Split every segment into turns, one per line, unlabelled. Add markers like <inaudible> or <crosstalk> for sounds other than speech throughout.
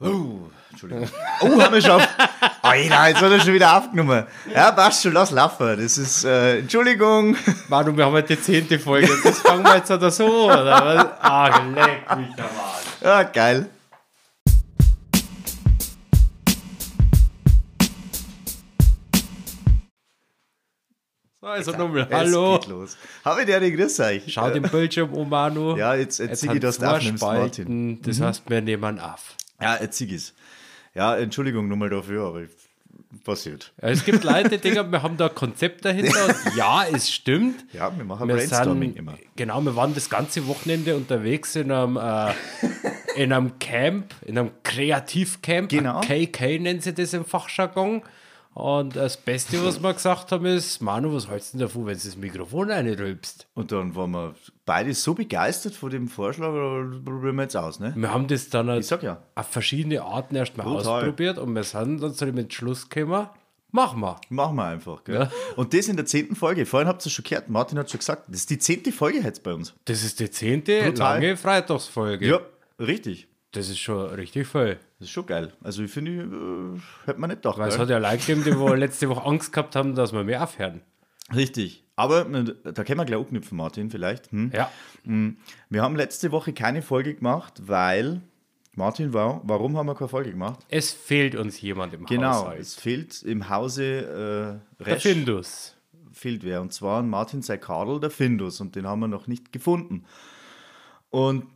Oh, Entschuldigung. <laughs> Oh, haben wir schon. Auf oh, ja, jetzt hat er schon wieder aufgenommen. Ja, passt schon, lass laufen. Das ist, äh, Entschuldigung. <laughs>
Manu, wir haben heute die zehnte Folge. Das fangen wir jetzt oder so, oder was? Ah, leck mich am Arsch.
Ah, geil.
So, also nochmal,
Es
hallo.
geht los. Habe ich dir die grüß euch. Äh,
Schau den Bildschirm um, Manu.
Ja, jetzt, jetzt, Sigi,
hat
dass du
zwei
aufnimmst, Martin.
Spalten, Das heißt, wir nehmen auf.
Ja, jetzt Sigi ist. Ja, Entschuldigung nochmal dafür, aber passiert.
Ja, Es gibt Leute, die denken, wir haben da ein Konzept dahinter.
<laughs>
Und ja, es stimmt.
Ja, wir machen
Wir
Brainstorming
sind,
immer.
Genau, wir waren das ganze Wochenende unterwegs in einem, äh, in einem Camp, in einem Kreativcamp.
Genau.
KK nennen sie das im Fachjargon. Und das Beste, was wir gesagt haben, ist, Manu, was hältst du denn davon, wenn du das Mikrofon reinrülpst?
Und dann waren wir beide so begeistert von dem Vorschlag, aber probieren wir jetzt aus, ne?
Wir haben das dann
Ich sag ja.
auf verschiedene Arten erstmal
Brutal.
ausprobiert und wir sind dann zu dem Entschluss gekommen, mach mal.
Machen wir einfach, gell?
Ja.
Und das in der zehnten Folge. Vorhin habt ihr es schon gehört, Martin hat schon gesagt, das ist die zehnte Folge jetzt bei uns.
Das ist die zehnte
Brutal.
lange Freitagsfolge.
Ja, richtig.
Das ist schon richtig voll.
Das ist schon geil. Also ich finde, äh, hätte man nicht gedacht.
Weil es
gell?
hat ja Leute gegeben, die wohl letzte Woche Angst gehabt haben, dass wir mehr aufhören.
Richtig. Aber äh, da können wir gleich anknüpfen, Martin, vielleicht. Hm?
Ja.
Wir haben letzte Woche keine Folge gemacht, weil, Martin, wa- warum haben wir keine Folge gemacht?
Es fehlt uns jemand im
Genau,
Haushalt.
es fehlt im Hause äh,
Der
Resch
Findus.
fehlt wer. Und zwar an Martin Seikadl, der Findus. Und den haben wir noch nicht gefunden. Und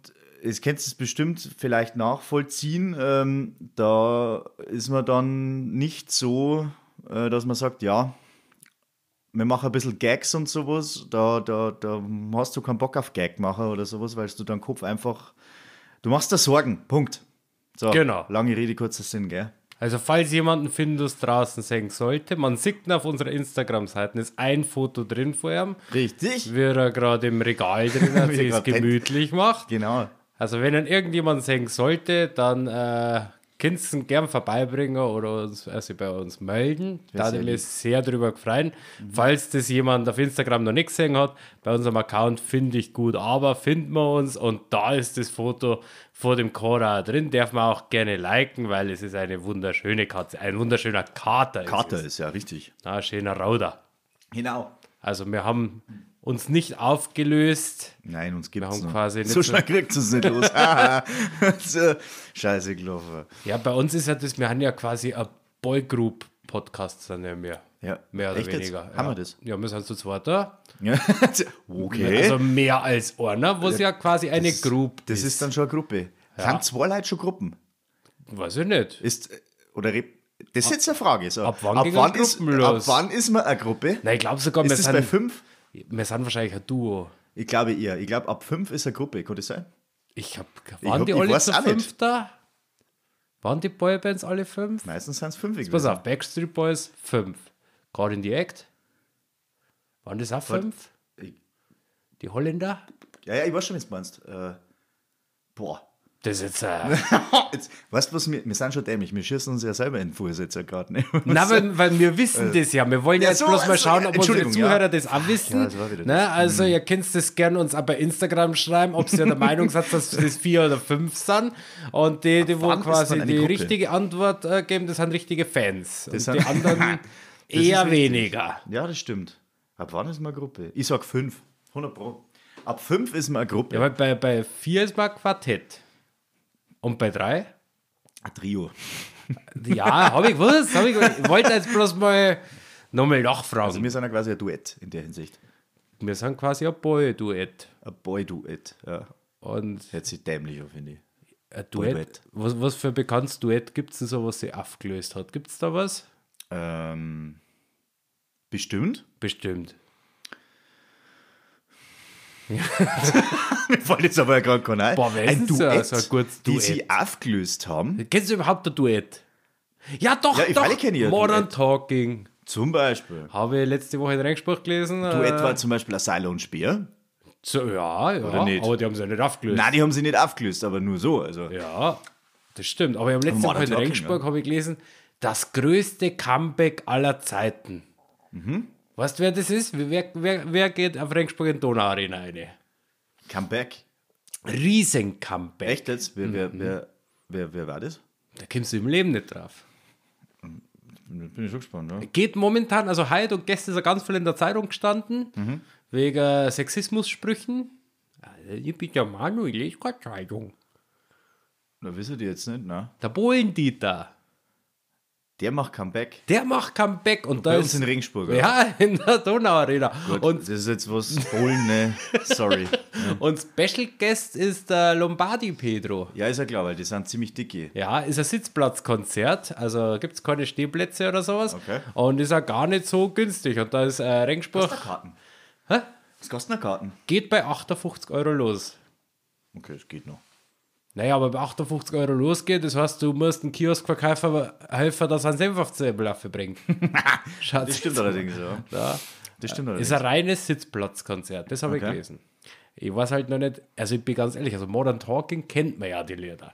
es kennst es bestimmt vielleicht nachvollziehen. Ähm, da ist man dann nicht so, äh, dass man sagt, ja, wir machen ein bisschen Gags und sowas. Da, da, da hast du keinen Bock auf Gag machen oder sowas, weil du deinen Kopf einfach. Du machst dir Sorgen. Punkt. So,
Genau.
lange Rede, kurzer Sinn, gell?
Also falls jemand einen Findus draußen sehen sollte, man sieht ihn auf unserer Instagram-Seite, ist ein Foto drin vor ihm,
Richtig.
wie er gerade im Regal drin
<laughs>
hat,
Wie er
sich es
grad pennt.
gemütlich macht.
Genau.
Also wenn ihn irgendjemand sehen sollte, dann äh, könntest ihn gern vorbeibringen oder uns, also bei uns melden. Da
sehr Mhm.
würde ich mich sehr drüber gefreut. Falls das jemand auf Instagram noch nicht gesehen hat, bei unserem Account finde ich gut, aber finden wir uns und da ist das Foto vor dem Cora drin. Darf man auch gerne liken, weil es ist eine wunderschöne Katze, ein wunderschöner Kater.
Kater
Ist es.
ist ja richtig.
Na, schöner Rauder.
Genau.
Also wir haben uns nicht aufgelöst.
Nein, uns gibt
Wir
es
haben quasi nicht
So
so-
schnell kriegt es nicht
<laughs>
los. <laughs> Haha. so. Scheiße, <laughs> Glover.
Ja, bei uns ist ja das, wir haben ja quasi ein Boygroup-Podcast, sind ja mehr.
Ja.
Mehr oder
Echt jetzt?
weniger.
Haben
ja.
wir das?
Ja, wir sind zu zweit da.
Ja. okay.
Also mehr als einer, wo es ja quasi eine
Das-
Group
Das ist dann schon eine Gruppe. Sind zwei Leute schon Gruppen?
Weiß ich nicht.
Ist, oder re- das ist jetzt eine Frage. So.
ab wann gingen
wann ist,
Gruppen
ab
los?
wann ist man eine Gruppe?
Nein, ich glaube sogar, wir
ist das bei
sind,
fünf?
wir sind wahrscheinlich ein Duo.
Ich glaube eher. Ich glaube, ab fünf ist eine Gruppe. Kann das sein?
Ich hab, waren
hab-
die
ich
alle
weiß
zu
auch nicht.
fünf da? Waren die Boybands alle fünf?
Meistens sind es fünf.
Pass
gewesen.
auf, Backstreet Boys fünf. Gerade in die Act. Waren das auch fünf?
Ich-
Die Holländer?
Ja, ja, ich weiß schon, was du meinst. Äh, boah. <laughs>
Das ist jetzt. Äh,
Jetzt, weißt du was? Wir, wir sind schon dämlich. Wir schießen uns ja selber in den Fuß jetzt ja gerade. ne? <laughs>
Na, weil, weil wir wissen das ja. Wir wollen
Äh. Ja,
ja, jetzt
so,
bloß mal
also,
schauen, ob unsere
Entschuldigung, ja.
Zuhörer das auch wissen.
ja, das Mhm. war wieder
ne? Also, ihr könnt das gerne uns auch bei Instagram schreiben,
<laughs>
ob ihr der Meinung seid, dass das vier oder fünf sind. Und die, die wo
wann ist
quasi
man eine
die
Gruppe?
richtige Antwort äh, geben, das sind richtige Fans. Und
sind- <laughs>
die anderen
Das ist
eher
richtig.
weniger.
Ja, das stimmt. Ab wann ist man eine Gruppe? Ich sag 5. 100 Pro. Ab 5 ist man eine Gruppe.
Ja, weil bei, bei vier ist mal Quartett. Und bei drei?
Ein Trio.
Ja, habe ich gewusst. Hab ich, gewusst. ich wollte jetzt bloß mal nochmal nachfragen.
Also wir sind ja quasi ein Duett in der Hinsicht.
wir sind quasi ein Boy-Duett.
Ein Boy-Duett. Ja.
Und
Hört sich dämlich auf, finde ich.
Ein Duett?
Duett.
Was, was für ein bekanntes Duett gibt es denn so, was sie aufgelöst hat? Gibt es da was?
Ähm, bestimmt. <laughs>
Bestimmt.
Mir fällt jetzt aber gerade kein ein.
Boah, wer ist
ein
denn so-
Duett,
so ein gutes
die
Duett?
sie aufgelöst haben.
Kennst du überhaupt ein Duett? Ja, doch,
Ja, ich-
doch.
alle kenn ich ein
Modern
Duett.
Talking.
Zum Beispiel.
Habe ich letzte Woche in den Rennspruch gelesen.
Duett
äh,
war zum Beispiel ein Seil und Speer.
So, ja, ja.
Oder nicht?
Aber die haben sie ja nicht aufgelöst.
Nein, die haben sie nicht aufgelöst, aber nur so. Also.
Ja, das stimmt. Aber ich habe letzte
Modern
Woche in den
Talking,
Rennspruch habe ich gelesen, das größte Comeback aller Zeiten.
Mhm.
Weißt du, wer das ist? Wer, wer, wer geht auf Rennspruch in die Donau-Arena rein?
Comeback.
Riesen-Comeback. Mhm,
Echt jetzt? Wer, wer, wer, wer, wer war das?
Da kommst du im Leben nicht drauf.
Bin ich schon gespannt, ja.
Geht momentan, also heute und gestern ist er ganz viel in der Zeitung gestanden, wegen Sexismussprüchen. Also, ich bin der Manu, ich lese keine Zeitung.
Da wissen die jetzt nicht, ne?
Der Bohlen-Dieter,
Der macht Comeback.
der macht Comeback und da
Bei uns
ist.
in Regensburg. oder?
Ja, <laughs> in der Donauarena.
Gut,
Und
das ist jetzt was Polen, ne?
<laughs>
Sorry.
Und Special Guest ist der Lombardi Pedro.
Ja, ist ja klar, weil die sind ziemlich dicke.
Ja, ist ein Sitzplatzkonzert, also gibt es keine Stehplätze oder sowas.
Okay.
Und ist auch gar nicht so günstig. Und da ist äh, Rengsburg,
Karten.
hä?
Was kostet denn Karten?
geht bei 58 Euro los.
Okay, es geht noch.
Naja, aber bei 58 Euro losgeht, das heißt, du musst einen Kioskverkäufer helfen, dass er einen Senf auf Zwiebel bringt.
<laughs>
Schaut
Das stimmt allerdings, ja.
da.
Das stimmt
Ist
allerdings.
ein reines Sitzplatzkonzert, das habe ich
Okay.
gelesen. Ich weiß halt noch nicht, also ich bin ganz ehrlich, also Modern Talking kennt man ja die Lieder.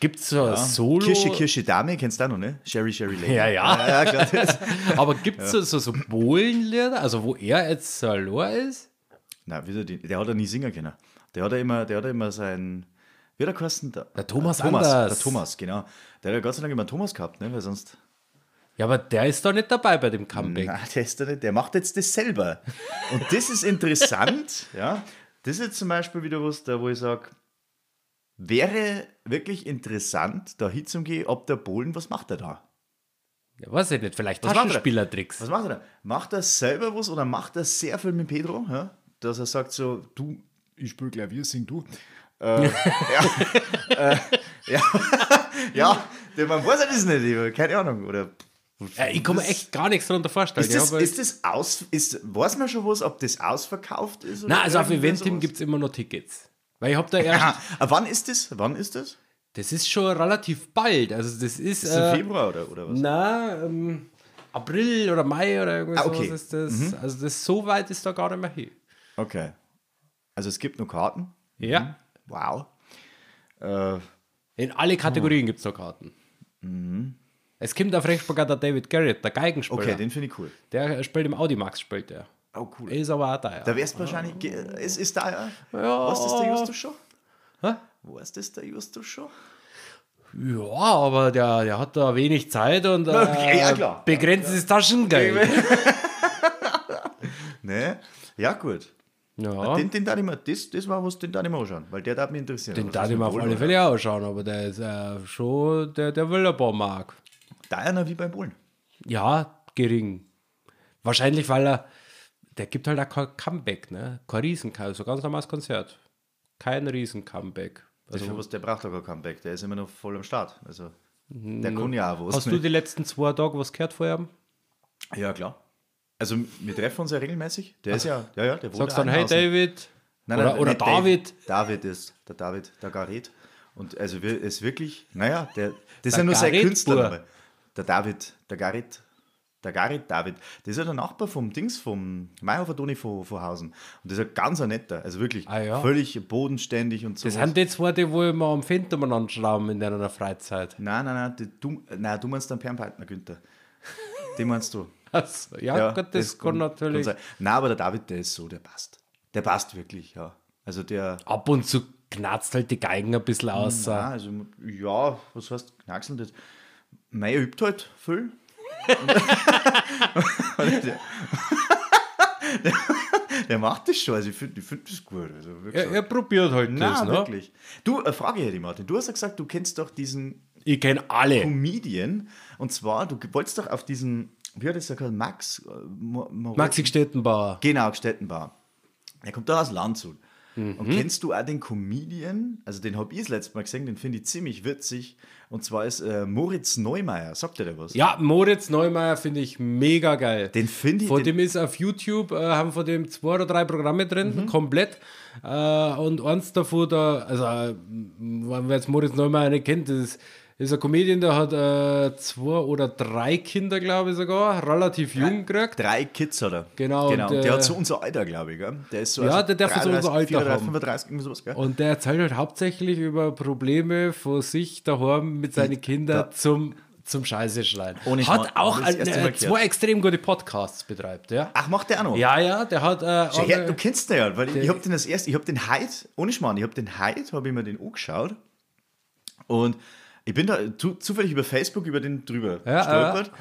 Gibt es so ein Solo?
Kirsche, Kirsche, Dame, kennst du auch noch, ne? Sherry, Sherry Lady.
Ja, ja.
ja
<laughs>
klar. Das.
Aber gibt es so, so, so Bohlenlieder, also wo er jetzt so allein ist?
Nein, wieder die, der hat ja nie singen können. Der hat ja immer, der hat ja immer sein. Wie hat er geheißen? Der,
Der Thomas
Thomas,
Anders.
Der Thomas, genau. Der hat ja Gott sei Dank immer einen Thomas gehabt, ne? Weil sonst.
Ja, aber der ist doch nicht dabei bei dem Comeback.
Nein, der ist da nicht. Der macht jetzt das selber. Und das ist
<laughs>
interessant, ja. Das ist jetzt zum Beispiel wieder was, da wo ich sage, wäre wirklich interessant, da hinzugehen, ob der Polen, was macht er da?
Ja, weiß ich nicht, vielleicht
macht er?
Taschenspielertricks.
Was macht er da? Macht er selber was oder macht er sehr viel mit Pedro? Ja? Dass er sagt so, du, ich spiele Klavier, sing du.
<laughs>
Äh, ja, <laughs> äh, ja, ja, denn man weiß ja das nicht, ich hab keine Ahnung. Oder
Ja, Äh, ich kann mir
Das-
echt gar nichts darunter vorstellen.
Ist das,
ja, aber-
ist das aus, ist, weiß man schon was, ob das ausverkauft ist? oder
Nein, also auf
irgendwie
Eventim
sowas?
gibt es immer noch Tickets. Weil ich hab da erst,
Ah, aber wann ist das? Wann ist das?
das ist schon relativ bald. Also das
Ist
ist,
das
äh,
im Februar oder, oder was?
na, ähm, April oder Mai oder irgendwas
Ah, okay.
sowas ist das. Also das so weit ist da gar nicht mehr hin.
Okay. Also es gibt nur Karten.
Ja.
Wow. Äh,
Mhm. In alle Kategorien gibt es noch Karten. Es kommt auf Rechtsburg auch der David Garrett, der Geigenspieler.
Mhm. okay, den finde ich cool.
Der spielt im Audimax, spielt der.
Oh, cool.
Ist aber auch da, ja.
Da wärst du wahrscheinlich. ge- Es ist da, ja.
Ja.
Was ist der Justus schon?
Hä?
Wo ist das der Justus schon?
Ja, aber der, der hat da wenig Zeit und
<laughs>
äh,
Okay, ja, klar. <laughs>
begrenztes Taschengeld.
Ne? Ja, gut.
Ja,
Den, den darf ich mir, das, das war was, den darf ich mir anschauen, weil der darf mich interessieren.
den
Was
darf
ist
ich mir
mit
auf
Polen,
alle
oder?
Fälle ausschauen, aber der ist äh, schon, der, der will ein paar Mark.
Da einer wie bei Polen.
Ja, gering. Wahrscheinlich, weil er, der gibt halt auch kein Comeback, ne? Kein Riesen-Comeback, so ganz normales Konzert. Kein Riesen-Comeback.
Also, was der braucht doch kein Comeback, der ist immer noch voll am Start. Also, der kann ja auch was.
Mhm. Hast
ne?
du die letzten zwei Tage was gehört von ihm?
Ja, klar. Also wir treffen uns ja regelmäßig. Der ist ja, ja, ja, der wohnt
Sagst
ja
dann,
auch
hey
draußen.
David.
Nein,
oder
nein,
oder
nicht
David.
David ist der David, der Gareth. Und also wir, ist wirklich, naja, der, das ist
Der
ja nur sein
Gareth, Bur.
Künstlername. Der David, der Gareth, der Gareth David. Das ist ja der Nachbar vom Dings, vom Meyerhofer Toni von, von Hausen. Und das ist ein ganz ein netter, also wirklich
Ah, ja.
völlig bodenständig und so.
Das sind die zwei, die wo immer am Fenstermann anschrauben in deiner Freizeit. <laughs>
nein, nein, nein, die, du, nein, du meinst den Permpaitner, Günther. Den meinst
<laughs>
du.
Also, ja, Gott, das, kann natürlich.
sein. Nein, aber der David, der ist so, der passt. Der passt wirklich, ja. Also der.
Ab und zu knarzt halt die Geigen ein bisschen aus. äh.
Ah, also, ja, was heißt knackseln das? Mei, er übt halt viel. <laughs> Und- der, der macht das schon, also ich finde ich find das gut. Also wirklich.
Er, er probiert halt das,
Nein,
ne?
wirklich. Du, eine Frage hätte ich, Martin. Du hast ja gesagt, du kennst doch diesen
Ich kenne alle.
Comedian. Und zwar, du wolltest doch auf diesen, wie hat er gesagt, Max? äh, Mo- Mo-
Maxi Stettenbauer.
Genau, Gstettenbauer. Er kommt da aus Landshut. Und
Mhm.
kennst du auch den Comedian? Also den habe ich das letzte Mal gesehen, den finde ich ziemlich witzig. Und zwar ist äh, Moritz Neumeier. Sagt dir der was?
Ja, Moritz Neumeier finde ich mega geil.
Den finde ich.
Von
den,
dem ist auf YouTube, äh, haben von dem zwei oder drei Programme drin,
Mhm.
komplett. Äh, und eins davon, da, also, äh, wenn wer jetzt Moritz Neumeier nicht kennt, das ist, ist ein Comedian, der hat äh, zwei oder drei Kinder, glaube ich sogar, relativ jung gekriegt.
drei Kids hat er.
Genau,
genau.
und,
Und,
äh,
der hat so unser Alter, glaube ich. Gell? Der ist so.
Ja, der darf jetzt unser Alter
34,
haben.
35, irgendwie sowas, gell?
Und der erzählt halt hauptsächlich über Probleme von sich daheim mit seinen Kindern zum, zum Scheiße schreien.
Ohne Schmarrn,
hat auch
das ist das
ein,
erste Mal
äh, zwei
gehört.
extrem gute Podcasts betreibt, ja.
Ach, macht der auch noch?
Ja, ja, der hat. Äh,
Ja,
auch,
ja,
äh,
du kennst den ja, weil ich habe den das erste, ich habe den Hyde, ohne Schmarrn, ich habe den Hyde, habe ich mir den angeschaut und Ich bin da zu, zufällig über Facebook über den drüber
Ja,
gestolpert.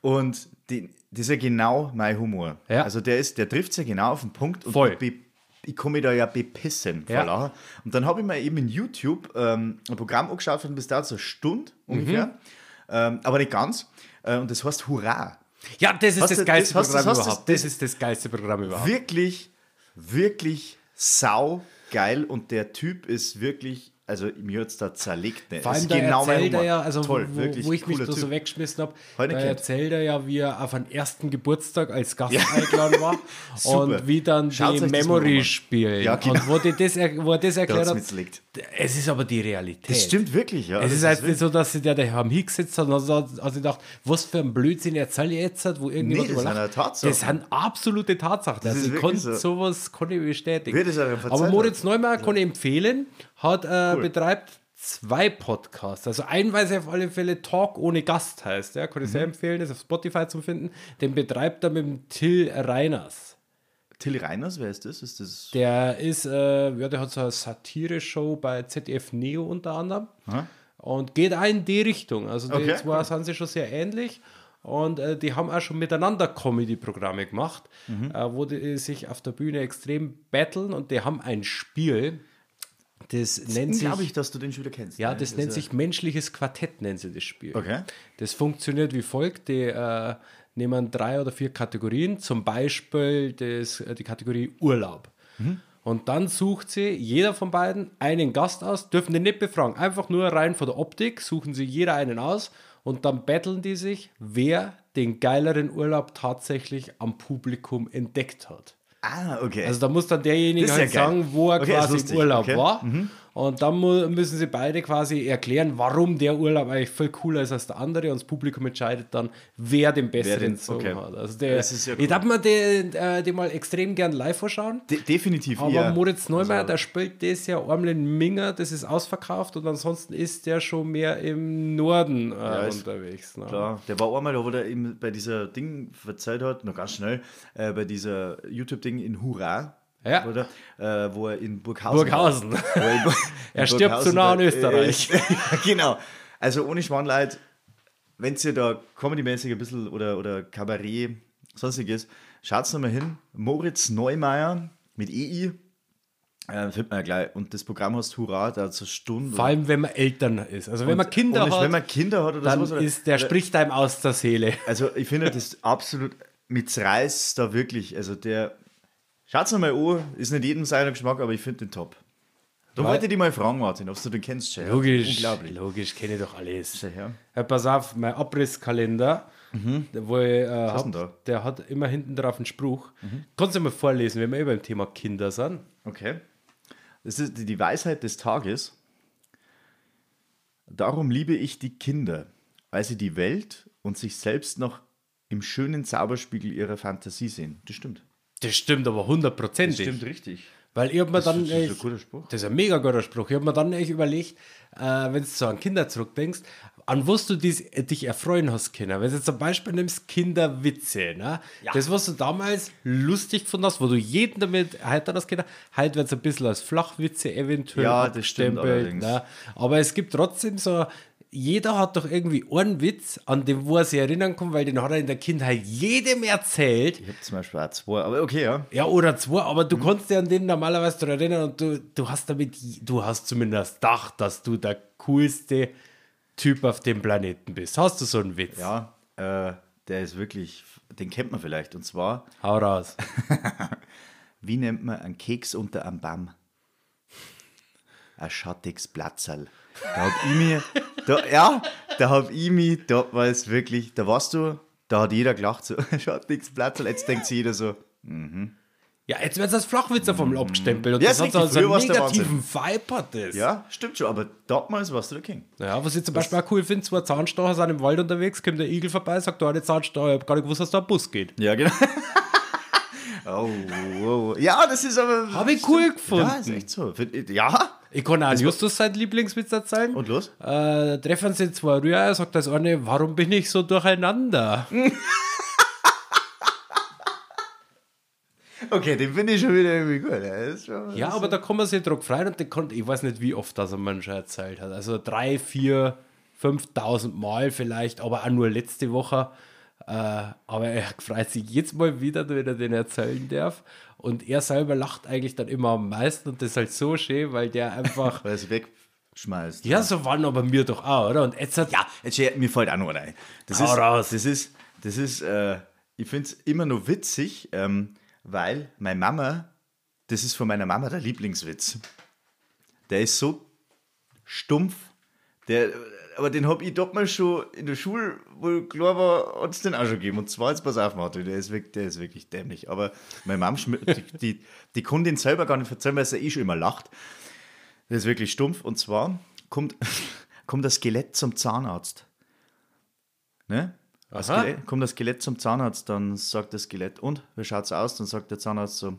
Und den, das ist ja genau mein Humor.
Ja.
Also der ist, der trifft ja genau auf den Punkt und
Voll.
ich be- ich komme da ja bepissen vor
Ja.
Lachen. Und dann habe ich mir eben in YouTube ähm, ein Programm angeschaut von bis dato so eine Stunde
Mhm.
ungefähr. Ähm, aber nicht ganz. Äh, und das heißt Hurra.
Ja, das ist
Hast
das
du-
geilste
hast du-
Programm
hast du-
überhaupt. Das ist das geilste Programm überhaupt.
Wirklich, wirklich sau geil und der Typ ist wirklich, also mir hat es da zerlegt. Ne?
Vor
Das
allem
ist
da
mein
erzählt er
Humor.
ja, also
Toll,
wo,
wirklich
wo ich mich
cooler
da so
Typ.
weggeschmissen habe, da
Heute kennt.
erzählt er ja, wie er auf den ersten Geburtstag als Gast eingeladen war und
<laughs> Super.
wie dann
Schaut's euch
die
das mal
Memory
an.
spielen.
Ja, genau.
Und wo, die das, er- wo er das
Der
erklärt
hat's
hat,
mir zerlegt.
es ist aber die Realität.
Das stimmt wirklich, ja. Also
Es
Das
ist halt nicht so, dass sie der daheim hingesetzt hat und also hat also gedacht, was für ein Blödsinn erzähl ich jetzt, wo irgendjemand
Nee, das sind
überlacht.
ja Tatsachen.
Das sind absolute Tatsachen.
ist
also ich
wirklich
kann
so.
sowas kann ich bestätigen.
Wird es ja verzeiht
Aber Moritz Neumar kann ich empfehlen, hat äh,
Cool.
betreibt zwei Podcasts. Also einen weiß ich auf alle Fälle Talk ohne Gast heißt. Ja, kann ich sehr
Mhm.
empfehlen, ist auf Spotify zu finden. Den betreibt er mit dem Till Reiners.
Till Reiners, wer ist das? Ist das
Der ist, äh, ja, der hat so eine Satire-Show bei ZDF Neo unter anderem
Aha.
und geht auch in die Richtung. Also die
Okay,
zwei sind sich schon sehr ähnlich und äh, die haben auch schon miteinander Comedy-Programme gemacht, äh, wo die sich auf der Bühne extrem battlen und die haben ein Spiel, das, nennt sich...
glaube ich, dass du den Schüler kennst.
Ja,
ne?
das nennt sich menschliches Quartett, nennen sie das Spiel.
Okay.
Das funktioniert wie folgt: die äh, nehmen drei oder vier Kategorien, zum Beispiel das, äh, die Kategorie Urlaub. Und dann sucht sie jeder von beiden einen Gast aus, dürfen den nicht befragen, einfach nur rein von der Optik, suchen sie jeder einen aus und dann betteln die sich, wer den geileren Urlaub tatsächlich am Publikum entdeckt hat.
Ah, okay.
Also da muss dann derjenige
Das ist
halt
ja geil.
sagen, wo er
Okay, ist
quasi
lustig.
im Urlaub
Okay. Mhm.
war. Und dann mu- müssen sie beide quasi erklären, warum der Urlaub eigentlich viel cooler ist als der andere. Und das Publikum entscheidet dann, wer den besseren
den-
Song
okay.
hat. Also der,
Das ist ja
Ich
cool.
darf mir den, äh, den mal extrem gern live anschauen.
De definitiv.
Aber
ja.
Moritz Neumeier,
Also-
der spielt das ja Ormlin Minger, das ist ausverkauft und ansonsten ist der schon mehr im Norden äh,
ist
unterwegs. Ne?
Klar, der war einmal da, wo der eben bei dieser Ding verzeiht hat, noch ganz schnell, äh, bei dieser YouTube-Ding in Hurra.
Ja.
Oder, äh, wo er in Burghausen.
Burghausen.
War. Wo er in Bur-
<laughs> Er
in
stirbt zu nah an
war.
Österreich.
Äh, <laughs> ja, genau. Also ohne Schwanleid, wenn ihr da comedymäßig ein bisschen oder, oder Kabarett, sonstiges, schaut nochmal hin. Moritz Neumeier mit EI. Äh, findet man ja gleich. Und das Programm heißt Hurra, da hat so Stunden.
Vor allem, wenn man Eltern ist. Also wenn man Kinder
Und
hat,
Wenn man Äh, Kinder hat oder
dann
sowas. Oder,
ist der
oder,
spricht einem aus der Seele.
also ich finde
<laughs>
das absolut, mit Reis da wirklich, also der, schaut's nochmal an, ist nicht jedem seiner Geschmack, aber ich finde den top. Da
Weil-
wollte ich dich mal fragen, Martin, ob du den kennst, Chef.
Logisch,
Unglaublich.
logisch, kenne ich doch alles.
Ja. Mhm.
Herr, pass auf, mein Abrisskalender, wo ich, äh,
denn da? Mhm.
hab, der hat immer hinten drauf einen Spruch. Kannst du mal vorlesen, wenn wir eh beim Thema Kinder sind?
Okay. Das ist die- die Weisheit des Tages. Darum liebe ich die Kinder, weil sie die Welt und sich selbst noch im schönen Zauberspiegel ihrer Fantasie sehen. Das stimmt.
Das stimmt aber hundertprozentig.
richtig.
Weil ich hab mir dann.
ist- das ist ein
echt-
guter Spruch.
Das ist ein mega guter Spruch. Ich habe mir dann echt überlegt, äh, wenn du so an Kinder zurückdenkst, an was du dies, äh, dich erfreuen hast, Kinder. Wenn du jetzt zum Beispiel nimmst Kinderwitze, ne? das, was du damals lustig gefunden hast, wo du jeden damit heitern hast, Kinder, halt wird es ein bisschen als Flachwitze eventuell.
Ja, das stimmt allerdings.
abgestempelt, Ne? Aber es gibt trotzdem so. Jeder hat doch irgendwie einen Witz, an den wo er sich erinnern kann, weil den hat er in der Kindheit jedem erzählt.
Ich habe zum Beispiel auch zwei, aber okay, ja.
Ja, oder zwei, aber
Mhm.
du konntest ja an den normalerweise dran erinnern und du, du hast damit, du hast zumindest gedacht, dass du der coolste Typ auf dem Planeten bist. Hast du so einen Witz?
Ja, äh, der ist wirklich, den kennt man vielleicht. Und zwar,
Hau raus.
wie nennt man einen Keks unter einem Baum? Ein schattiges Platzerl. Da hab ich mich, da, ja, da hab ich mich, da war es wirklich, da warst du, da hat jeder gelacht, so, <laughs> ein schattiges Platzerl. Jetzt denkt sich jeder so,
Ja, jetzt wird es als Flachwitzer vom abgestempelt und
Mhm. Ja,
das
ist
hat so
richtig.
also einen
Früher war's der
negativen Vibe hat das.
ja, stimmt schon, aber damals warst du der King.
Ja, was ich zum Beispiel auch cool finde, zwei Zahnstocher sind im Wald unterwegs, kommt der Igel vorbei, sagt, du hast eine Zahnstocher, ich hab gar nicht gewusst, dass da ein Bus geht.
Ja, genau. <laughs> Oh, wow. Ja, das ist aber.
Habe ich cool gefunden.
Ja, ist echt so. Find- Ja?
Ich kann auch an Justus seinen Lieblingswitz erzählen.
Und los?
Äh, treffen sie zwei Rührei, sagt das eine, warum bin ich so durcheinander?
Okay, den finde ich schon wieder irgendwie gut. Der ist schon-
Ja, aber da kann man sich drauf freuen und der konnte, ich weiß nicht, wie oft das ein Mensch erzählt hat. Also drei, vier 5000 Mal vielleicht, aber auch nur letzte Woche. Äh, aber er freut sich jetzt mal wieder, wenn er den erzählen darf. Und er selber lacht eigentlich dann immer am meisten und das ist halt so schön, weil der einfach.
<laughs> Weil er sie wegschmeißt.
ja, so waren aber mir doch auch, oder? Und jetzt hat.
Ja, jetzt, schä- mir fällt auch noch ein. Das
Hau
ist,
raus.
das ist, das ist, äh, ich finde es immer nur witzig, ähm, weil meine Mama, das ist von meiner Mama der Lieblingswitz. Der ist so stumpf, der, aber den habe ich damals schon in der Schule, wo ich klar war, hat es den auch schon gegeben. Und zwar, jetzt pass auf, Martin, der ist wirklich, der ist wirklich dämlich. Aber meine Mama, schmi- die, die, die konnte ihn selber gar nicht erzählen, weil sie eh schon immer lacht. Das ist wirklich stumpf. Und zwar kommt, <laughs> kommt das Skelett zum Zahnarzt. Ne? Das
Aha.
Skelett, kommt das Skelett zum Zahnarzt, dann sagt das Skelett, und, wie schaut's aus? Dann sagt der Zahnarzt so,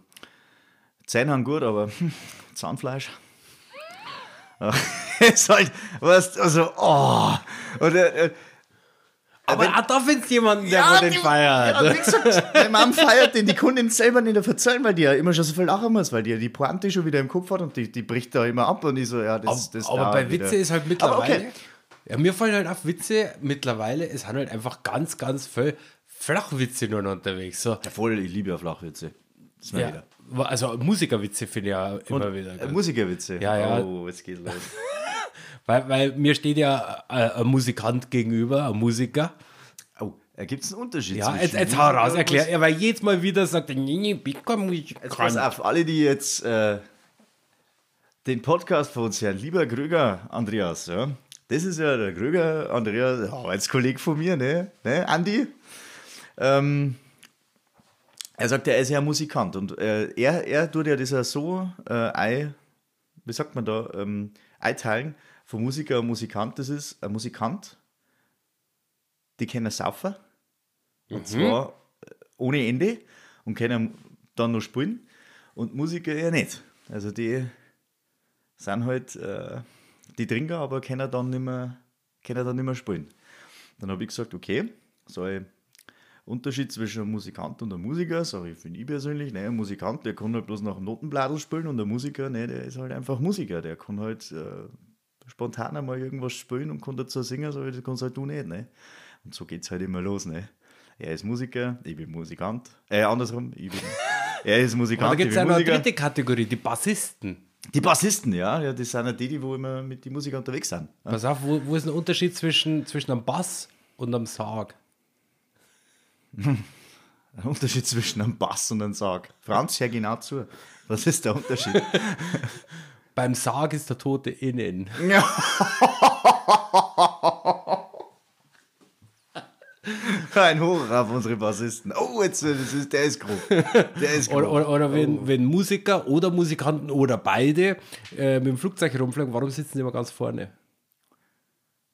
Zähne haben gut, aber <laughs> Zahnfleisch. <laughs> ist halt, was, also, oh. Und, äh, äh,
Aber auch da findest du jemanden, der wo den
die-
feiert.
Ja, wie <laughs> gesagt, meine Mom feiert den, die Kundin selber nicht verzeihen, weil die ja immer schon so viel lachen muss, weil die ja die Pointe schon wieder im Kopf hat und die, die bricht da immer ab und ich so, ja, das das
aber
da
bei
wieder.
Witze ist halt
Aber
mittlerweile.
okay.
Ja, mir fallen halt auf Witze mittlerweile, es sind halt einfach ganz, ganz viel Flachwitze nur noch unterwegs. So,
Ja, voll, ich liebe ja Flachwitze. Das ist mal
ja.
wieder.
Also Musikerwitze finde ich ja immer wieder.
Äh,
ganz-
Musikerwitze.
Ja, ja.
Oh, jetzt
<laughs>
geht's los.
Weil, weil mir steht ja äh, ein Musikant gegenüber, ein Musiker.
Oh, äh, gibt's einen Unterschied
Ja,
zwischen
jetzt, jetzt hau raus,
Musiker-
erklär. Ja, weil jedes Mal wieder sagt er, nee, nee, bin kein
Jetzt pass
Musikant.
auf, alle, die jetzt äh, den Podcast von uns hören, lieber Krüger, Andreas, ja, das ist ja der Krüger, Andreas, Arbeitskollege von mir, ne, ne Andi? Ähm, er sagt, er ist ja Musikant und äh, er, er tut ja das ja so äh, ei, wie sagt man da, ähm, einteilen von Musiker und Musikant, das ist ein Musikant, die kennen Saufer, und zwar ohne Ende und können dann noch spielen. Und Musiker ja nicht. Also die sind halt äh, die Trinker, aber können dann nicht mehr, können dann nicht mehr spielen. Dann habe ich gesagt, okay, so ein Unterschied zwischen einem Musikant und einem Musiker, sage ich, finde ich persönlich, ne, ein Musikant, der kann halt bloß nach dem Notenbladel spielen und der Musiker, ne, der ist halt einfach Musiker, der kann halt äh, spontan einmal irgendwas spielen und kann dazu singen, so das kannst halt du nicht, ne. Und so geht's halt immer los, ne? Er ist Musiker, ich bin Musikant. Äh, andersrum, ich bin. er ist
Da
Musikant, ich
gibt es ja
bin
noch eine
Musiker.
dritte Kategorie, die Bassisten.
Die Bassisten, ja, ja, das sind ja die, die wo immer mit den Musikern unterwegs sind.
Pass auf, wo, wo ist ein Unterschied zwischen, zwischen einem Bass und einem Sarg?
Ein Unterschied zwischen einem Bass und einem Sarg. Franz, hör genau zu. Was ist der Unterschied?
<laughs> Beim Sarg ist der Tote innen.
Ein Horror auf unsere Bassisten. Oh, jetzt, das ist, der ist grob. Der ist grob.
<laughs> Oder, oder, oder wenn, wenn Musiker oder Musikanten oder beide äh, mit dem Flugzeug herumfliegen, warum sitzen die immer ganz vorne?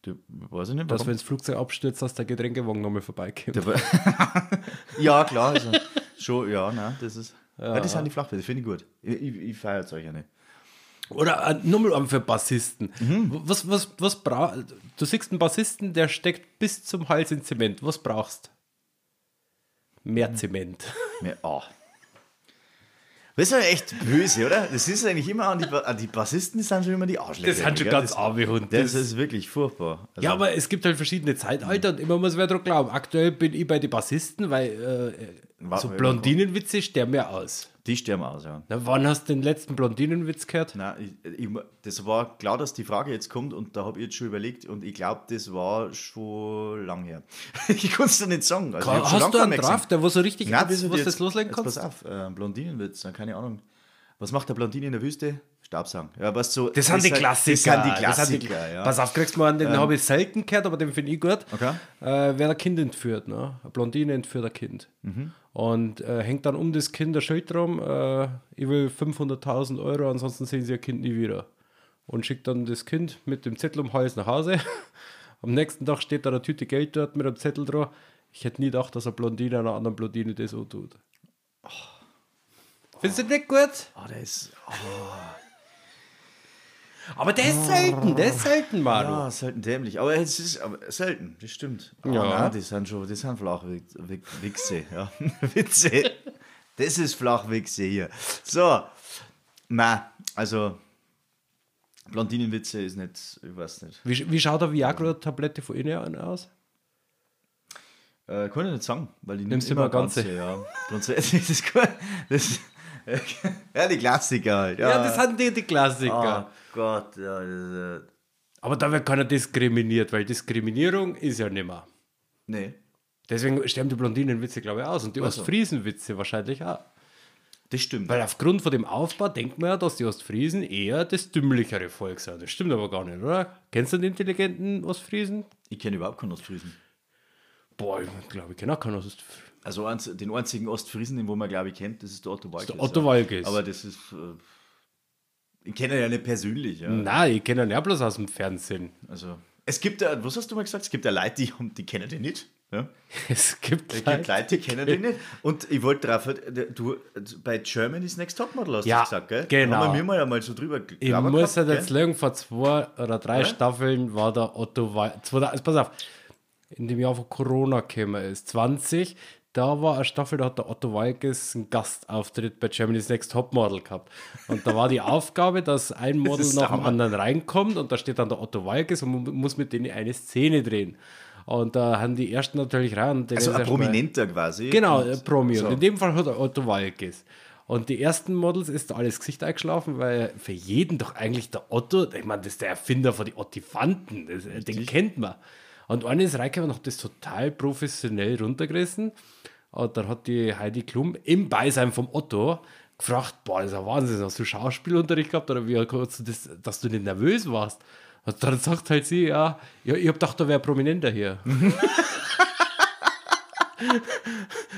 Du, weiß ich nicht,
Dass,
warum.
wenn das Flugzeug abstürzt, dass der Getränkewagen nochmal vorbeikommt.
<laughs> ja, klar. Also, schon, ja, ne, das ist. Ja. das sind die Flachwitze, finde ich gut. Ich, ich, ich feiere es euch ja nicht.
<laughs> Oder äh, nur mal für Bassisten. Was, was, was bra du siehst einen Bassisten, der steckt bis zum Hals in Zement. Was brauchst Mehr <laughs> Zement.
Mehr, oh. Das ist ja echt böse, oder? Das ist eigentlich immer an die, Ba- an die Bassisten, die sind schon immer die Arschlöcher.
Das sind schon
gell?
ganz
Das-
arme Hunde.
Das ist wirklich furchtbar. Also,
Ja, aber es gibt halt verschiedene Zeitalter und immer muss wer dran glauben. Aktuell bin ich bei den Bassisten, weil äh,
Warte
so
mal,
Blondinenwitze sterben ja aus.
die sterben aus, ja.
Na, wann hast du den letzten Blondinenwitz gehört?
Nein, ich, ich, das war klar, dass die Frage jetzt kommt und da habe ich jetzt schon überlegt und ich glaube, das war schon lang her. <laughs> ich kann es dir nicht sagen. Also, ich hab schon lang
hast du
keinen
einen
mehr gesehen.
drauf, der wo so richtig
Nein,
was,
wird
was
jetzt-
das loslegen
jetzt
kannst?
Pass auf, äh, Blondinenwitz, äh, keine Ahnung. Was macht der Blondine in der Wüste? Staubsaugen. Ja, was so,
Das sind die
halt-
Klassiker.
Das sind die
Das sind
Klassiker,
die-
ja. Ähm.
Pass auf, kriegst du mal einen, den habe ich selten gehört, aber den finde ich gut.
Okay.
Äh, wer ein Kind entführt, ne? Eine Blondine entführt ein Kind.
Mhm.
Und äh, hängt dann um das Kind ein Schild drum, äh, ich will 500.000 Euro, ansonsten sehen sie ihr Kind nie wieder. Und schickt dann das Kind mit dem Zettel um den Hals nach Hause. <laughs> Am nächsten Tag steht da eine Tüte Geld dort mit einem Zettel drauf. Ich hätte nie gedacht, dass eine Blondine einer anderen Blondine das so tut.
Oh.
Findest du nicht gut?
Ah, der ist,
Aber der ist selten, der ist selten, Maru.
Ja, selten dämlich. Aber es ist aber selten, das stimmt. Ah,
Ja.
nein, die sind schon, die sind Flachwichse. Ja. <laughs> Witze. Das ist Flachwichse hier. So. Na, also Blondinenwitze ist nicht, ich weiß nicht.
Wie, wie schaut eine Viagra-Tablette von innen aus?
Äh, kann ich nicht sagen, weil die
Nimmst
nimmt
immer ganze.
ja. Grundsätzlich ist das gut. Das, <laughs> ja, die Klassiker halt. Ja,
Ja, das sind die, die Klassiker.
Oh Gott, ja. Das, äh,
Aber da wird keiner diskriminiert, weil Diskriminierung ist ja nimmer.
nee,
Deswegen sterben die Blondinenwitze, glaube ich, aus und die
so.
Ostfriesenwitze wahrscheinlich auch.
das stimmt.
Weil aufgrund von dem Aufbau denkt man ja, dass die Ostfriesen eher das dümmlichere Volk sind. Das stimmt aber gar nicht, oder? Kennst du den intelligenten Ostfriesen?
ich kenne überhaupt keinen Ostfriesen.
Boah, ich glaube, ich kenne auch keinen Ostfriesen.
Also eins- den einzigen Ostfriesen, den wo man glaube ich kennt, das ist der Otto Walkes.
der Otto Walkes.
Ja. Aber das ist. Äh, ich kenne ihn ja nicht persönlich. Ja.
Nein, ich kenne ihn ja bloß aus dem Fernsehen. <laughs>
Also, es gibt ja, was hast du mal gesagt? Es gibt ja Leute, die, haben- die kennen den nicht. Ja?
Es gibt
Es gibt Leute, die kennen den nicht. Und ich wollte drauf, äh, du also bei Germany's Next Topmodel hast
Ja,
du gesagt, gell?
genau.
Haben wir mir ja mal so drüber
Ich
geklappert
muss halt
gehabt,
jetzt
gell?
lügen, vor zwei oder drei
Ja?
Staffeln war der Otto Walkes. Pass auf, in dem Jahr, wo Corona gekommen ist, 20, da war eine Staffel, da hat der Otto Walkes einen Gastauftritt bei Germany's Next Topmodel gehabt. Und da war
<laughs>
die Aufgabe, dass ein Model
ist der
nach dem
Hammer.
anderen reinkommt und da steht dann der Otto Walkes und man muss mit denen eine Szene drehen. Und da haben die ersten natürlich rein. und denen
Also
ist
ein
erst mal-
Prominenter quasi.
Genau,
Und-
äh, Promi.
so.
Und in dem Fall hat er Otto Walkes. Und die ersten Models ist da alles Gesicht eingeschlafen, weil für jeden doch eigentlich der Otto, ich meine, das ist der Erfinder von den Ottifanten, das, äh, den kennt man. Und einer ist reingekommen und hat das total professionell runtergerissen. Und dann hat die Heidi Klum im Beisein vom Otto gefragt, boah, das ist ja Wahnsinn, hast du Schauspielunterricht gehabt oder wie hast du das, dass du nicht nervös warst? Und dann sagt halt sie, ja, ja ich hab gedacht, da wäre Prominenter hier.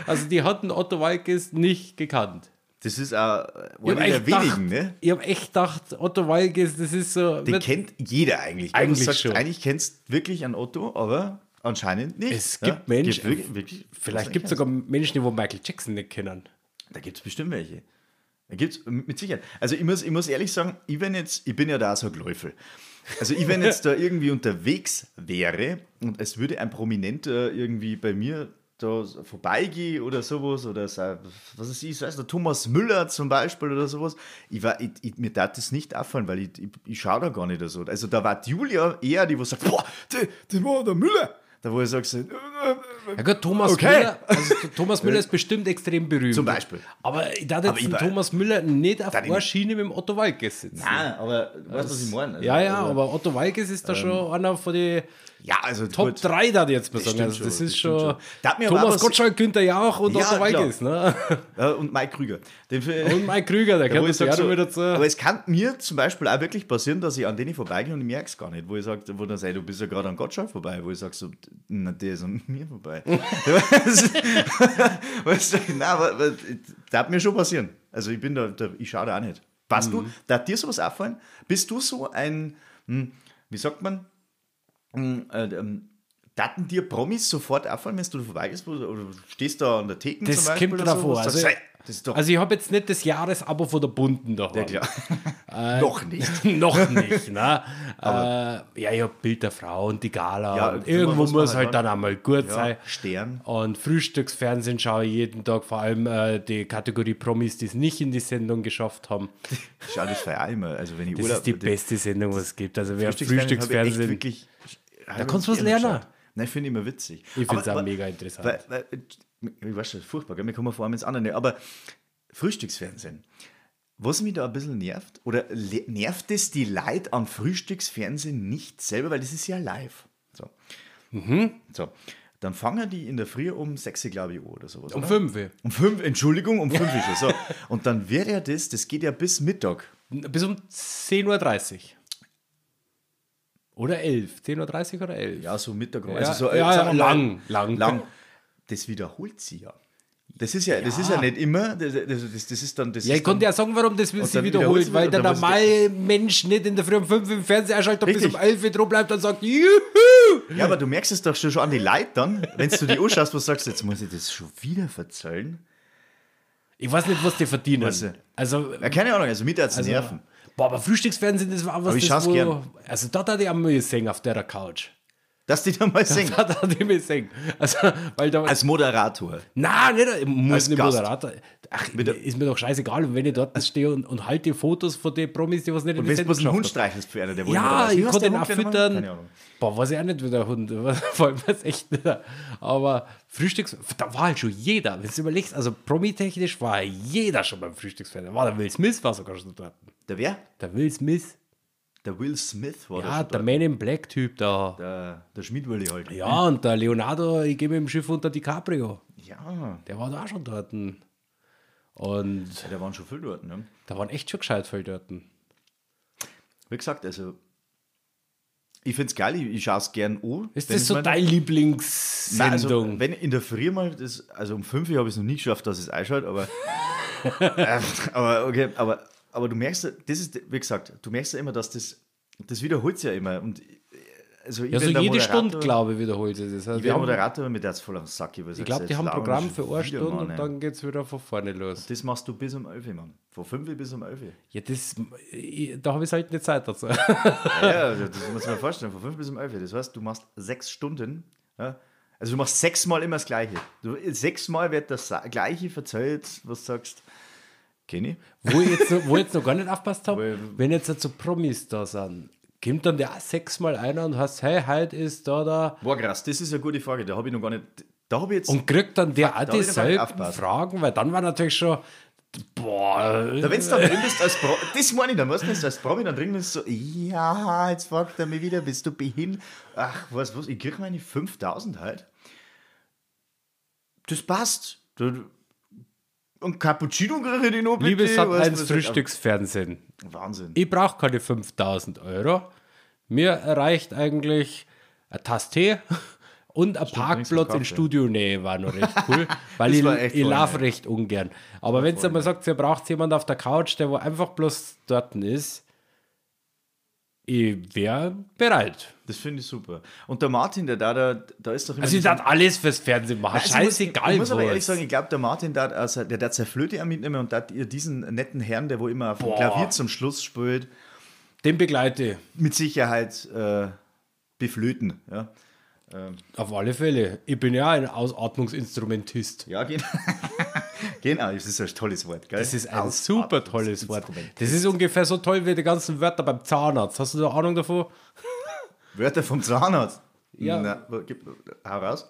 Also die hatten Otto Walkes nicht gekannt.
Das ist auch
Ich hab
einer der
echt gedacht-
wenigen, ne?
Ich habe echt gedacht, Otto Walkes, das ist so.
Den
wird-
kennt jeder eigentlich.
Eigentlich
Du sagst,
schon.
Eigentlich kennst wirklich an Otto, aber anscheinend nicht.
es
ja?
gibt Menschen.
wirklich, wirklich,
vielleicht gibt es sogar Menschen, die wo Michael Jackson nicht kennen.
Da gibt es bestimmt welche. Da gibt es mit Sicherheit. Also ich muss, ich muss ehrlich sagen, ich, wenn jetzt, ich bin ja da so ein Gläufel. Also ich, wenn jetzt da irgendwie unterwegs wäre und es würde ein Prominenter irgendwie bei mir da vorbeigehen oder sowas oder so, was ist ich, weiß der Thomas Müller zum Beispiel oder sowas, ich war, ich, ich, mir tat das nicht auffallen, weil ich, ich, ich schaue da gar nicht so. Also da war die Julia eher die, wo sagt, boah, die, die war der Müller. Da wo ich sage, so,
Ja gut, Thomas
Okay.
Müller. Also, der
<laughs>
Thomas Müller ist bestimmt extrem berühmt.
Zum Beispiel.
Aber ich dachte
Aber
jetzt
ich
den
war-
Thomas Müller nicht auf
Dann-
einer Schiene mit dem Otto Walkes sitzen.
ah, aber du weißt, was ich meine. Also,
ja, ja,
also-
aber Otto Walkes ist da schon einer von den
ja, also
Top
gut.
3 da jetzt mal
Das
sagen.
stimmt
Also, das
schon,
ist
das stimmt
schon.
schon. Da hat mir aber
Thomas
was-
Gottschalk, Günther Jauch und
Ja,
Otto Walkes,
<laughs>
ne?
Äh, und Mike Krüger. Den für,
Und Mike Krüger, der
Ja, wo
kennt
ich
das ja
sag so,
schon wieder zu.
aber es kann mir zum Beispiel auch wirklich passieren, dass ich an denen vorbeigehe und ich merke es gar nicht, wo ich sage, wo dann sage, du bist ja gerade an Gottschalk vorbei, wo ich sage so, na, der ist an mir
<laughs>
vorbei. <laughs> weißt du, nein, aber, aber das hat mir schon passieren. Also ich bin da, da ich schaue da auch nicht. Passt du,
Mhm.
da hat dir sowas auffallen? Bist du so ein, hm, wie sagt man, hm, äh, ähm, Daten dir Promis sofort auffallen, wenn du vorbeigehst oder, oder du stehst da an der Theke
Das kommt
oder
drauf
so, und
an.
sagst,
Also-
"Sei, das ist doch
Also ich habe jetzt nicht das Jahresabo von der Bunden daheim.
ja, klar.
Äh,
Noch nicht.
<laughs> Noch nicht,
<laughs>
ne? äh, ja, ich habe Bild der Frau und die Gala.
Ja,
und
irgendwann
irgendwo
muss man
muss
halt
halt
ran.
dann einmal gut sein.
Stern.
Und Frühstücksfernsehen schaue ich jeden Tag, vor allem äh, die Kategorie Promis, die es nicht in die Sendung geschafft haben.
Ich schaue das vorher auch immer. Also wenn ich
Das
Urlaub
ist die
mit dem
beste Sendung, was es gibt. Also wer
habe ich echt
Frühstücksfernsehen.
wirklich,
Da kannst du was lernen.
Nein, ich finde immer witzig.
Ich finde es auch mega
Weil,
interessant.
weil, ich weiß schon, furchtbar, gell? wir kommen vor allem ins andere. Aber Frühstücksfernsehen. Was mich da ein bisschen nervt, oder le- nervt es die Leute am Frühstücksfernsehen nicht selber, weil das ist ja live. So.
Mhm.
so. Dann fangen die in der Früh um 6, glaube ich, an oder sowas.
Um
oder?
fünf. Uhr.
Um 5, Entschuldigung, um 5 ist schon. So. Und dann wird ja das, das geht ja bis Mittag.
Bis um 10.30 Uhr. Oder 11. 10.30 Uhr oder 11?
Ja, so Mittag.
Ja,
also so,
ja,
sagen wir
ja,
mal,
lang, lang.
lang. Das wiederholt sie ja. Das ist ja, das ist ja nicht immer. Das, das, das, das ist dann, das
Ja,
ist
ich konnte
dann,
ja sagen, warum das will
Und
sie
dann
wiederholt,
wiederholt's
weil
wieder
der
und dann
normale Mensch nicht in der Früh um 5 im Fernseher einschaltet und bis
Richtig.
um 11 Uhr dran bleibt und sagt, Juhu!
ja, aber du merkst es doch schon, schon an die Leute dann, wenn du die anschaust, was sagst du, jetzt muss ich das schon wieder verzeihen.
Ich weiß nicht, was die verdienen.
Weißt du.
Also,
Ja, keine Ahnung, also mit als
also
Nerven.
Boah, aber Frühstücksfernsehen, das war auch was,
ich
das
schau's gern.
Also da hat ich einmal gesehen auf der Couch. <laughs>
Dass die da mal singen.
Da hat er nicht singen. Also, weil da,
Als Moderator.
nein, nicht, ich muss
als
nicht
Gast.
Moderator. Ach, ist mir doch scheißegal, wenn ich dort stehe und, und halte Fotos von den Promis, die was nicht in
Und
die
wenn du
Sendung
bloß einen Hund
geschafft
streichelst für einer, der
haben.
wohl immer da
Ja,
ist. Wie
ich
heißt
konnte
der
ihn
Hund gleich nochmal? Keine
auch füttern.
Ahnung.
Boah, weiß ich auch nicht, wie der Hund, <laughs> vor allem weiß echt nicht. Aber Frühstücks, da war halt schon jeder, wenn du überlegst, also promitechnisch war jeder schon beim Frühstücksfernsehen. War der Will Smith, war sogar schon dort.
Der wer?
Der Will Smith,
Der Will Smith war
ja,
das.
der Man in Black Typ da. Hm.
Der, der Schmiedwolli halt.
Ja, und der Leonardo, ich gehe mit dem Schiff unter DiCaprio.
Ja,
Der war da auch schon dort. Und
da waren schon viele dort, ne?
da waren echt schon gescheit viele dort.
Wie gesagt, also ich finde es geil, ich, ich schaue es gern an.
Ist
wenn
das
ich
so
mein-
deine
Nein,
Lieblingssendung?
also, wenn in der Früh mal, das, also um 5 Uhr habe ich es noch nie geschafft, dass es einschaut,
<laughs>
aber, äh, aber okay, aber, aber du merkst, ja, das ist, wie gesagt, du merkst ja immer, dass das, das wiederholt sich ja immer. Und äh, also ich
ja, so
bin der
jede
Moderator,
Stunde, glaube ich, wiederholt sich das. Also
Ich
die
bin
haben,
Moderator mit der hat's voll am Sack. Ich,
ich glaube, die haben ein Programm für eine Stunde und dann geht es wieder von vorne los.
Das machst du bis um 11 Uhr, Mann. Von 5 Uhr bis um 11 Uhr.
Ja, das, ich, da habe ich halt nicht Zeit dazu.
Ja, ja, also das muss man vorstellen, von 5 bis um 11. Uhr. Das heißt, du machst sechs Stunden. Ja? Also du machst sechsmal immer das Gleiche. Du, sechsmal wird das Sa- Gleiche verzählt, was du sagst. Kenny?
<laughs> wo, ich jetzt, noch- wo ich jetzt noch gar nicht aufpasst habe,
Weil-
wenn jetzt so Promis da sind, kommt dann der auch sechsmal einer und heißt, hey, heute ist da da.
Boah, krass, das ist eine gute Frage. Da habe ich noch gar nicht. Da habe ich jetzt.
Und kriegt dann der auch
hab ich noch gar nicht
dieselben
aufgepasst.
Fragen, weil dann war natürlich schon, boah,
da, wenn du da drin bist als Pro, das meine ich, dann weißt du, wenn du als Promi dann drin bist, so, ja, jetzt fragt er mich wieder, bist du behindert? Ach, was, was, ich kriege meine 5000 halt. Das passt. Du- Und Cappuccino kriege ich die noch bitte.
liebes
weißt du,
Sat1
was-
Frühstücksfernsehen,
Wahnsinn.
ich brauche keine 5000 Euro. Mir reicht eigentlich eine Tasse Tee und ein Parkplatz
wenigstens
in
Kaffee.
Studionähe war noch recht
<laughs>
cool, weil
Das
ich,
war echt
ich
voll
laufe
nett.
recht ungern. Aber wenn es einmal sagt, ihr braucht jemanden auf der Couch, der wo einfach bloß dort ist, ich wäre bereit.
Das finde ich super. Und der Martin, der da, da, da ist doch immer.
Also ich
dieser-
darf alles fürs Fernsehen machen.
Also ich muss-
Scheißegal.
Ich muss aber
was.
ehrlich sagen, ich glaube, der Martin, da, also, der darf seine Flöte auch mitnehmen und da hat ihr diesen netten Herrn, der wo immer auf dem
Boah.
Klavier zum Schluss spielt,
den begleite ich.
mit Sicherheit äh, beflöten. Ja,
Auf alle Fälle. Ich bin ja ein Ausatmungsinstrumentist.
ja genau. <laughs> genau, das ist ein tolles Wort. Gell?
Das ist ein super tolles Wort. Das ist ungefähr so toll wie die ganzen Wörter beim Zahnarzt. Hast du da Ahnung davon?
Wörter vom Zahnarzt.
Ja.
Na, wo- gib, hau raus.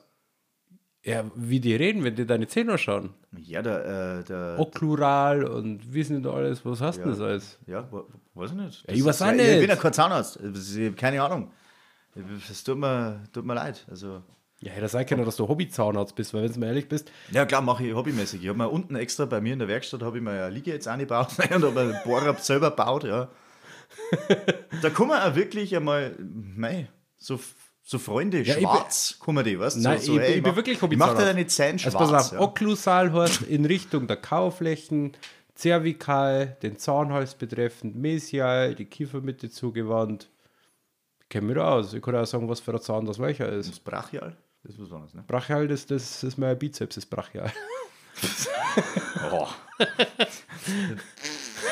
Ja, wie die reden, wenn die deine Zähne schauen.
Ja, der. Äh, der
Oklural und wissen nicht alles, was hast du das alles?
Ja, wa- weiß ich nicht.
ich
Das
weiß
ist-
auch
Ich
nicht.
bin ja kein Zahnarzt. Ich hab Keine Ahnung. Es tut mir, tut mir leid. Also,
Ja, hätte sein können, dass du Hobby-Zahnarzt bist, weil wenn du mal ehrlich bist,
ja, klar, mache ich hobbymäßig. Ich habe mir unten extra bei mir in der Werkstatt habe ich mir eine Liege jetzt angebaut <laughs> und habe einen Bohrer selber gebaut. Ja. Da kann man auch wirklich einmal, mei, so, so Freunde,
ich bin-
schwarz, kann man die, weißt du?
Nein,
so,
ich-
ey,
ich bin
mach-
wirklich
ich Mach dir
Hobbyzahnarzt.
deine Zähne schwarz.
also pass auf,
ja.
Okklusal heißt in Richtung der Kauflächen, Zervikal, den Zahnhals betreffend, Mesial, die Kiefermitte zugewandt. Ich kenne mich da aus. Ich kann auch sagen, was für ein Zahn das welcher ist.
Das Brachial, das muss man ne?
Brachial, das, das ist mein Bizeps, das ist Brachial.
Oh. oh,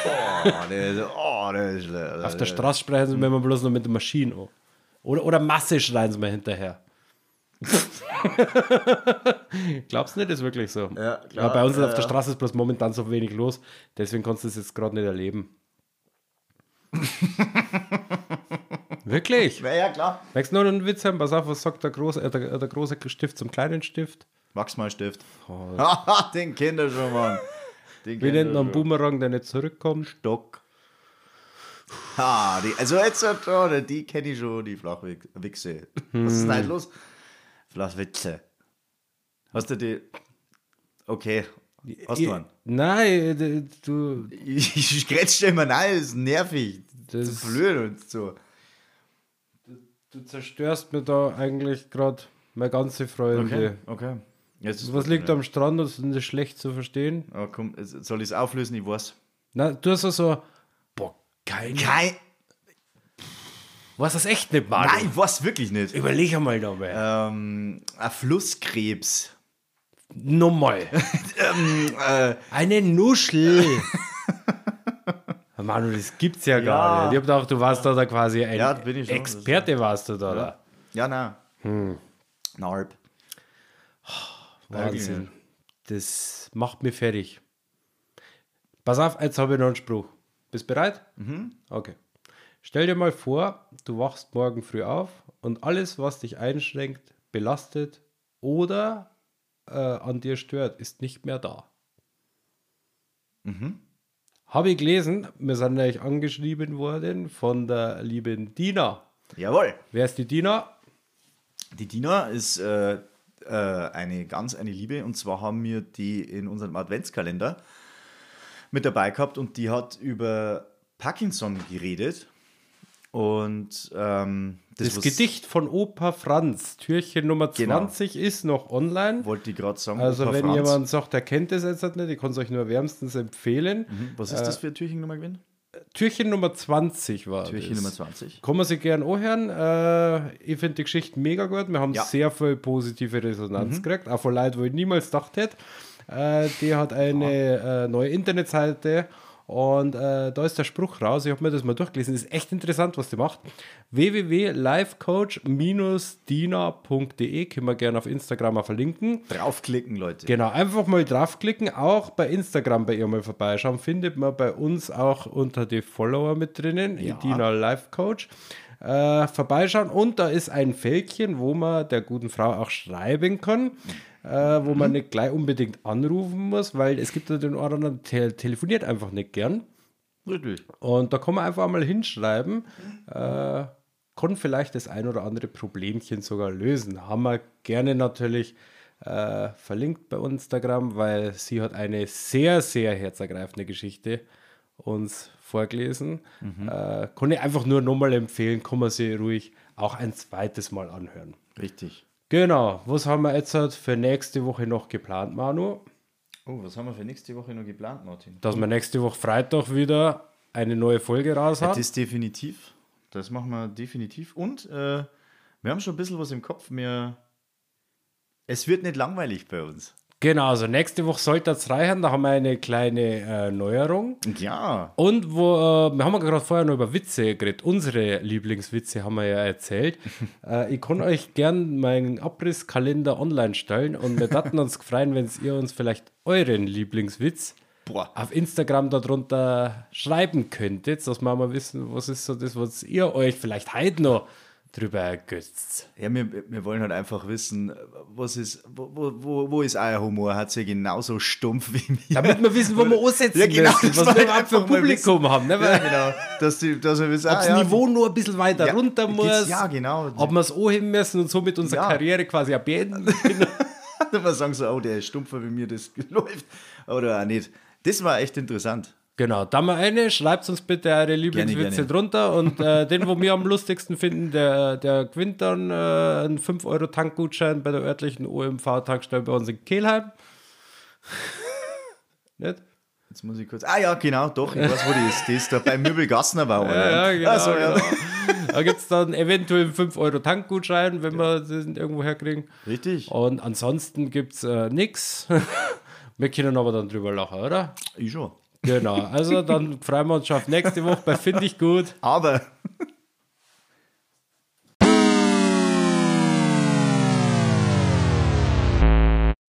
Ah,
das, oh, das ist.
<laughs> Auf der Straße sprechen sie mir immer bloß noch mit der Maschine an. Oder, oder Masse schreien sie mir hinterher. <laughs> Glaubst du nicht, das ist wirklich so?
Ja, klar,
Aber bei uns
ja,
auf der
ja.
Straße ist bloß momentan so wenig los, deswegen kannst du das jetzt gerade
<laughs>
nicht erleben. wirklich?
Ja, ja, klar.
Möchtest du noch einen Witz haben? Pass auf, was sagt der große, äh, der, der große Stift zum kleinen Stift?
Wachsmalstift. Haha, <laughs> den kennt er schon, Mann. Den
Wir
kennt er
nennen einen
schon.
Boomerang, der nicht zurückkommt.
Stock. Ha, die, also jetzt hat schon, die kenne ich schon, die Flachwichse. Was ist denn heute los? Flachwitze. Hast du die... Okay, hast
Ich-
du einen?
Nein, äh, d- du,
Ich, ich grätsch dir immer nein, das ist nervig. Das
Das-
ist blöd und so.
du zerstörst mir da eigentlich gerade meine ganze Freunde.
okay. Jetzt ist
Was liegt am Strand und ist das schlecht zu verstehen?
Oh, komm, es- soll ich es auflösen? Ich weiß.
Na, du hast so so, boah, kein.
Kein,
Was das echt nicht mal?
nein, ich weiß wirklich nicht.
Überleg einmal dabei.
Ähm, ein Flusskrebs. Ähm. <laughs>
Nochmal.
äh.
Eine Nuschel. <laughs> Manu, das gibt's ja, gar nicht. Ich hab gedacht, du warst da, da quasi ein
Ja, bin ich schon.
Experte warst du da. da.
Ja, na. Narb.
Wahnsinn. Das macht mir fertig. Pass auf, jetzt habe ich noch einen Spruch. Bist bereit? Okay. Stell dir mal vor, du wachst morgen früh auf und alles, was dich einschränkt, belastet oder äh, an dir stört, ist nicht mehr da. Habe ich gelesen, wir sind nämlich angeschrieben worden von der lieben Dina.
Jawohl.
Wer ist die Dina?
Die Dina ist äh, äh, eine ganz eine Liebe und zwar haben wir die in unserem Adventskalender mit dabei gehabt und die hat über Parkinson geredet und ähm,
Das,
was-
Gedicht von Opa Franz, Türchen Nummer
Genau.
20, ist noch online.
wollte ich gerade sagen.
also,
Opa
wenn
Franz.
jemand sagt, er kennt es jetzt nicht, ich kann es euch nur wärmstens empfehlen.
Was ist das
äh,
für ein Türchennummer gewesen?
Türchen Nummer 20 war.
Türchen
das.
Nummer 20.
Kann man sich gern anhören. Äh, ich finde die Geschichte mega gut. Wir haben
Ja.
sehr viel positive Resonanz gekriegt. Auch von Leuten, wo ich niemals gedacht hätte. Äh, die hat eine äh, neue Internetseite und äh, da ist der Spruch raus. Ich habe mir das mal durchgelesen. Ist echt interessant, was die macht. www.lifecoach-dina.de können wir gerne auf Instagram auch verlinken.
Draufklicken, Leute.
Genau, einfach mal draufklicken, auch bei Instagram bei ihr mal vorbeischauen. Findet man bei uns auch unter die Follower mit drinnen, Idina Life Coach. Äh, vorbeischauen und da ist ein Fältchen, wo man der guten Frau auch schreiben kann, äh, wo man nicht gleich unbedingt anrufen muss, weil es gibt ja den Ordner, der te telefoniert einfach nicht gern.
Richtig.
Und da kann man einfach mal hinschreiben, äh, kann vielleicht das ein oder andere Problemchen sogar lösen. Haben wir gerne natürlich äh, verlinkt bei Instagram, weil sie hat eine sehr, sehr herzergreifende Geschichte uns vorgelesen. Äh, kann ich einfach nur nochmal empfehlen, kann man sie ruhig auch ein zweites Mal anhören.
Richtig.
Genau, was haben wir jetzt halt für nächste Woche noch geplant, Manu?
Oh, was haben wir für nächste Woche noch geplant, Martin?
Dass wir nächste Woche Freitag wieder eine neue Folge raus haben.
Das ist definitiv. Das machen wir definitiv. Und äh, wir haben schon ein bisschen was im Kopf. Wir, es wird nicht langweilig bei uns.
Genau, also nächste Woche sollte es reichen, da haben wir eine kleine äh, Neuerung.
Ja.
Und wo, äh, wir haben ja gerade vorher noch über Witze geredet. Unsere Lieblingswitze haben wir ja <laughs> erzählt. äh, ich kann euch gern meinen Abrisskalender online stellen und wir würden uns <laughs> freuen, wenn ihr uns vielleicht euren Lieblingswitz
Boah.
auf Instagram darunter schreiben könntet, dass wir mal wissen, was ist so das, was ihr euch vielleicht heute noch drüber ergötzt.
Ja, wir, wir wollen halt einfach wissen, was ist, wo, wo- wo, wo ist euer Humor? Hat sie genauso stumpf wie mir?
Damit wir wissen, wo wir ansetzen
Ja, genau,
müssen,
das
was
wollte
wir
ich
überhaupt für ein
einfach mal
Publikum haben. Ne? Weil-
ja, <laughs> genau. Dass, die, dass wir wissen,
ob
ah,
das
ja,
Niveau nur ein bisschen weiter
Ja,
runter
geht's-
muss.
ja, genau. <laughs>
Ob wir es anheben müssen und somit unsere
Ja.
Karriere quasi auch beenden.
wir sagen so, oh, der ist stumpfer wie mir, das <laughs> läuft. Oder auch nicht. Das war echt interessant.
genau, da mal eine, schreibt uns bitte eure Lieblingswitze
gerne.
drunter
<laughs>
und äh, den, wo wir am lustigsten finden, der, der gewinnt dann äh, einen 5-Euro-Tankgutschein bei der örtlichen OMV-Tankstelle bei uns in Kehlheim. <laughs> Nicht?
Jetzt muss ich kurz. Ah ja, genau, doch, ich weiß, wo die ist. Die ist da beim Möbelgassner war,
<laughs> Ja,
oder?
ja, genau.
Ah, so, ja.
genau. Da gibt es dann eventuell einen 5-Euro-Tankgutschein, wenn wir den irgendwo herkriegen.
Richtig.
Und ansonsten gibt es äh, nichts. <laughs> Wir können aber dann drüber lachen, oder?
Ich schon.
Genau, also dann freuen wir uns schon auf nächste Woche bei Find ich gut.
Aber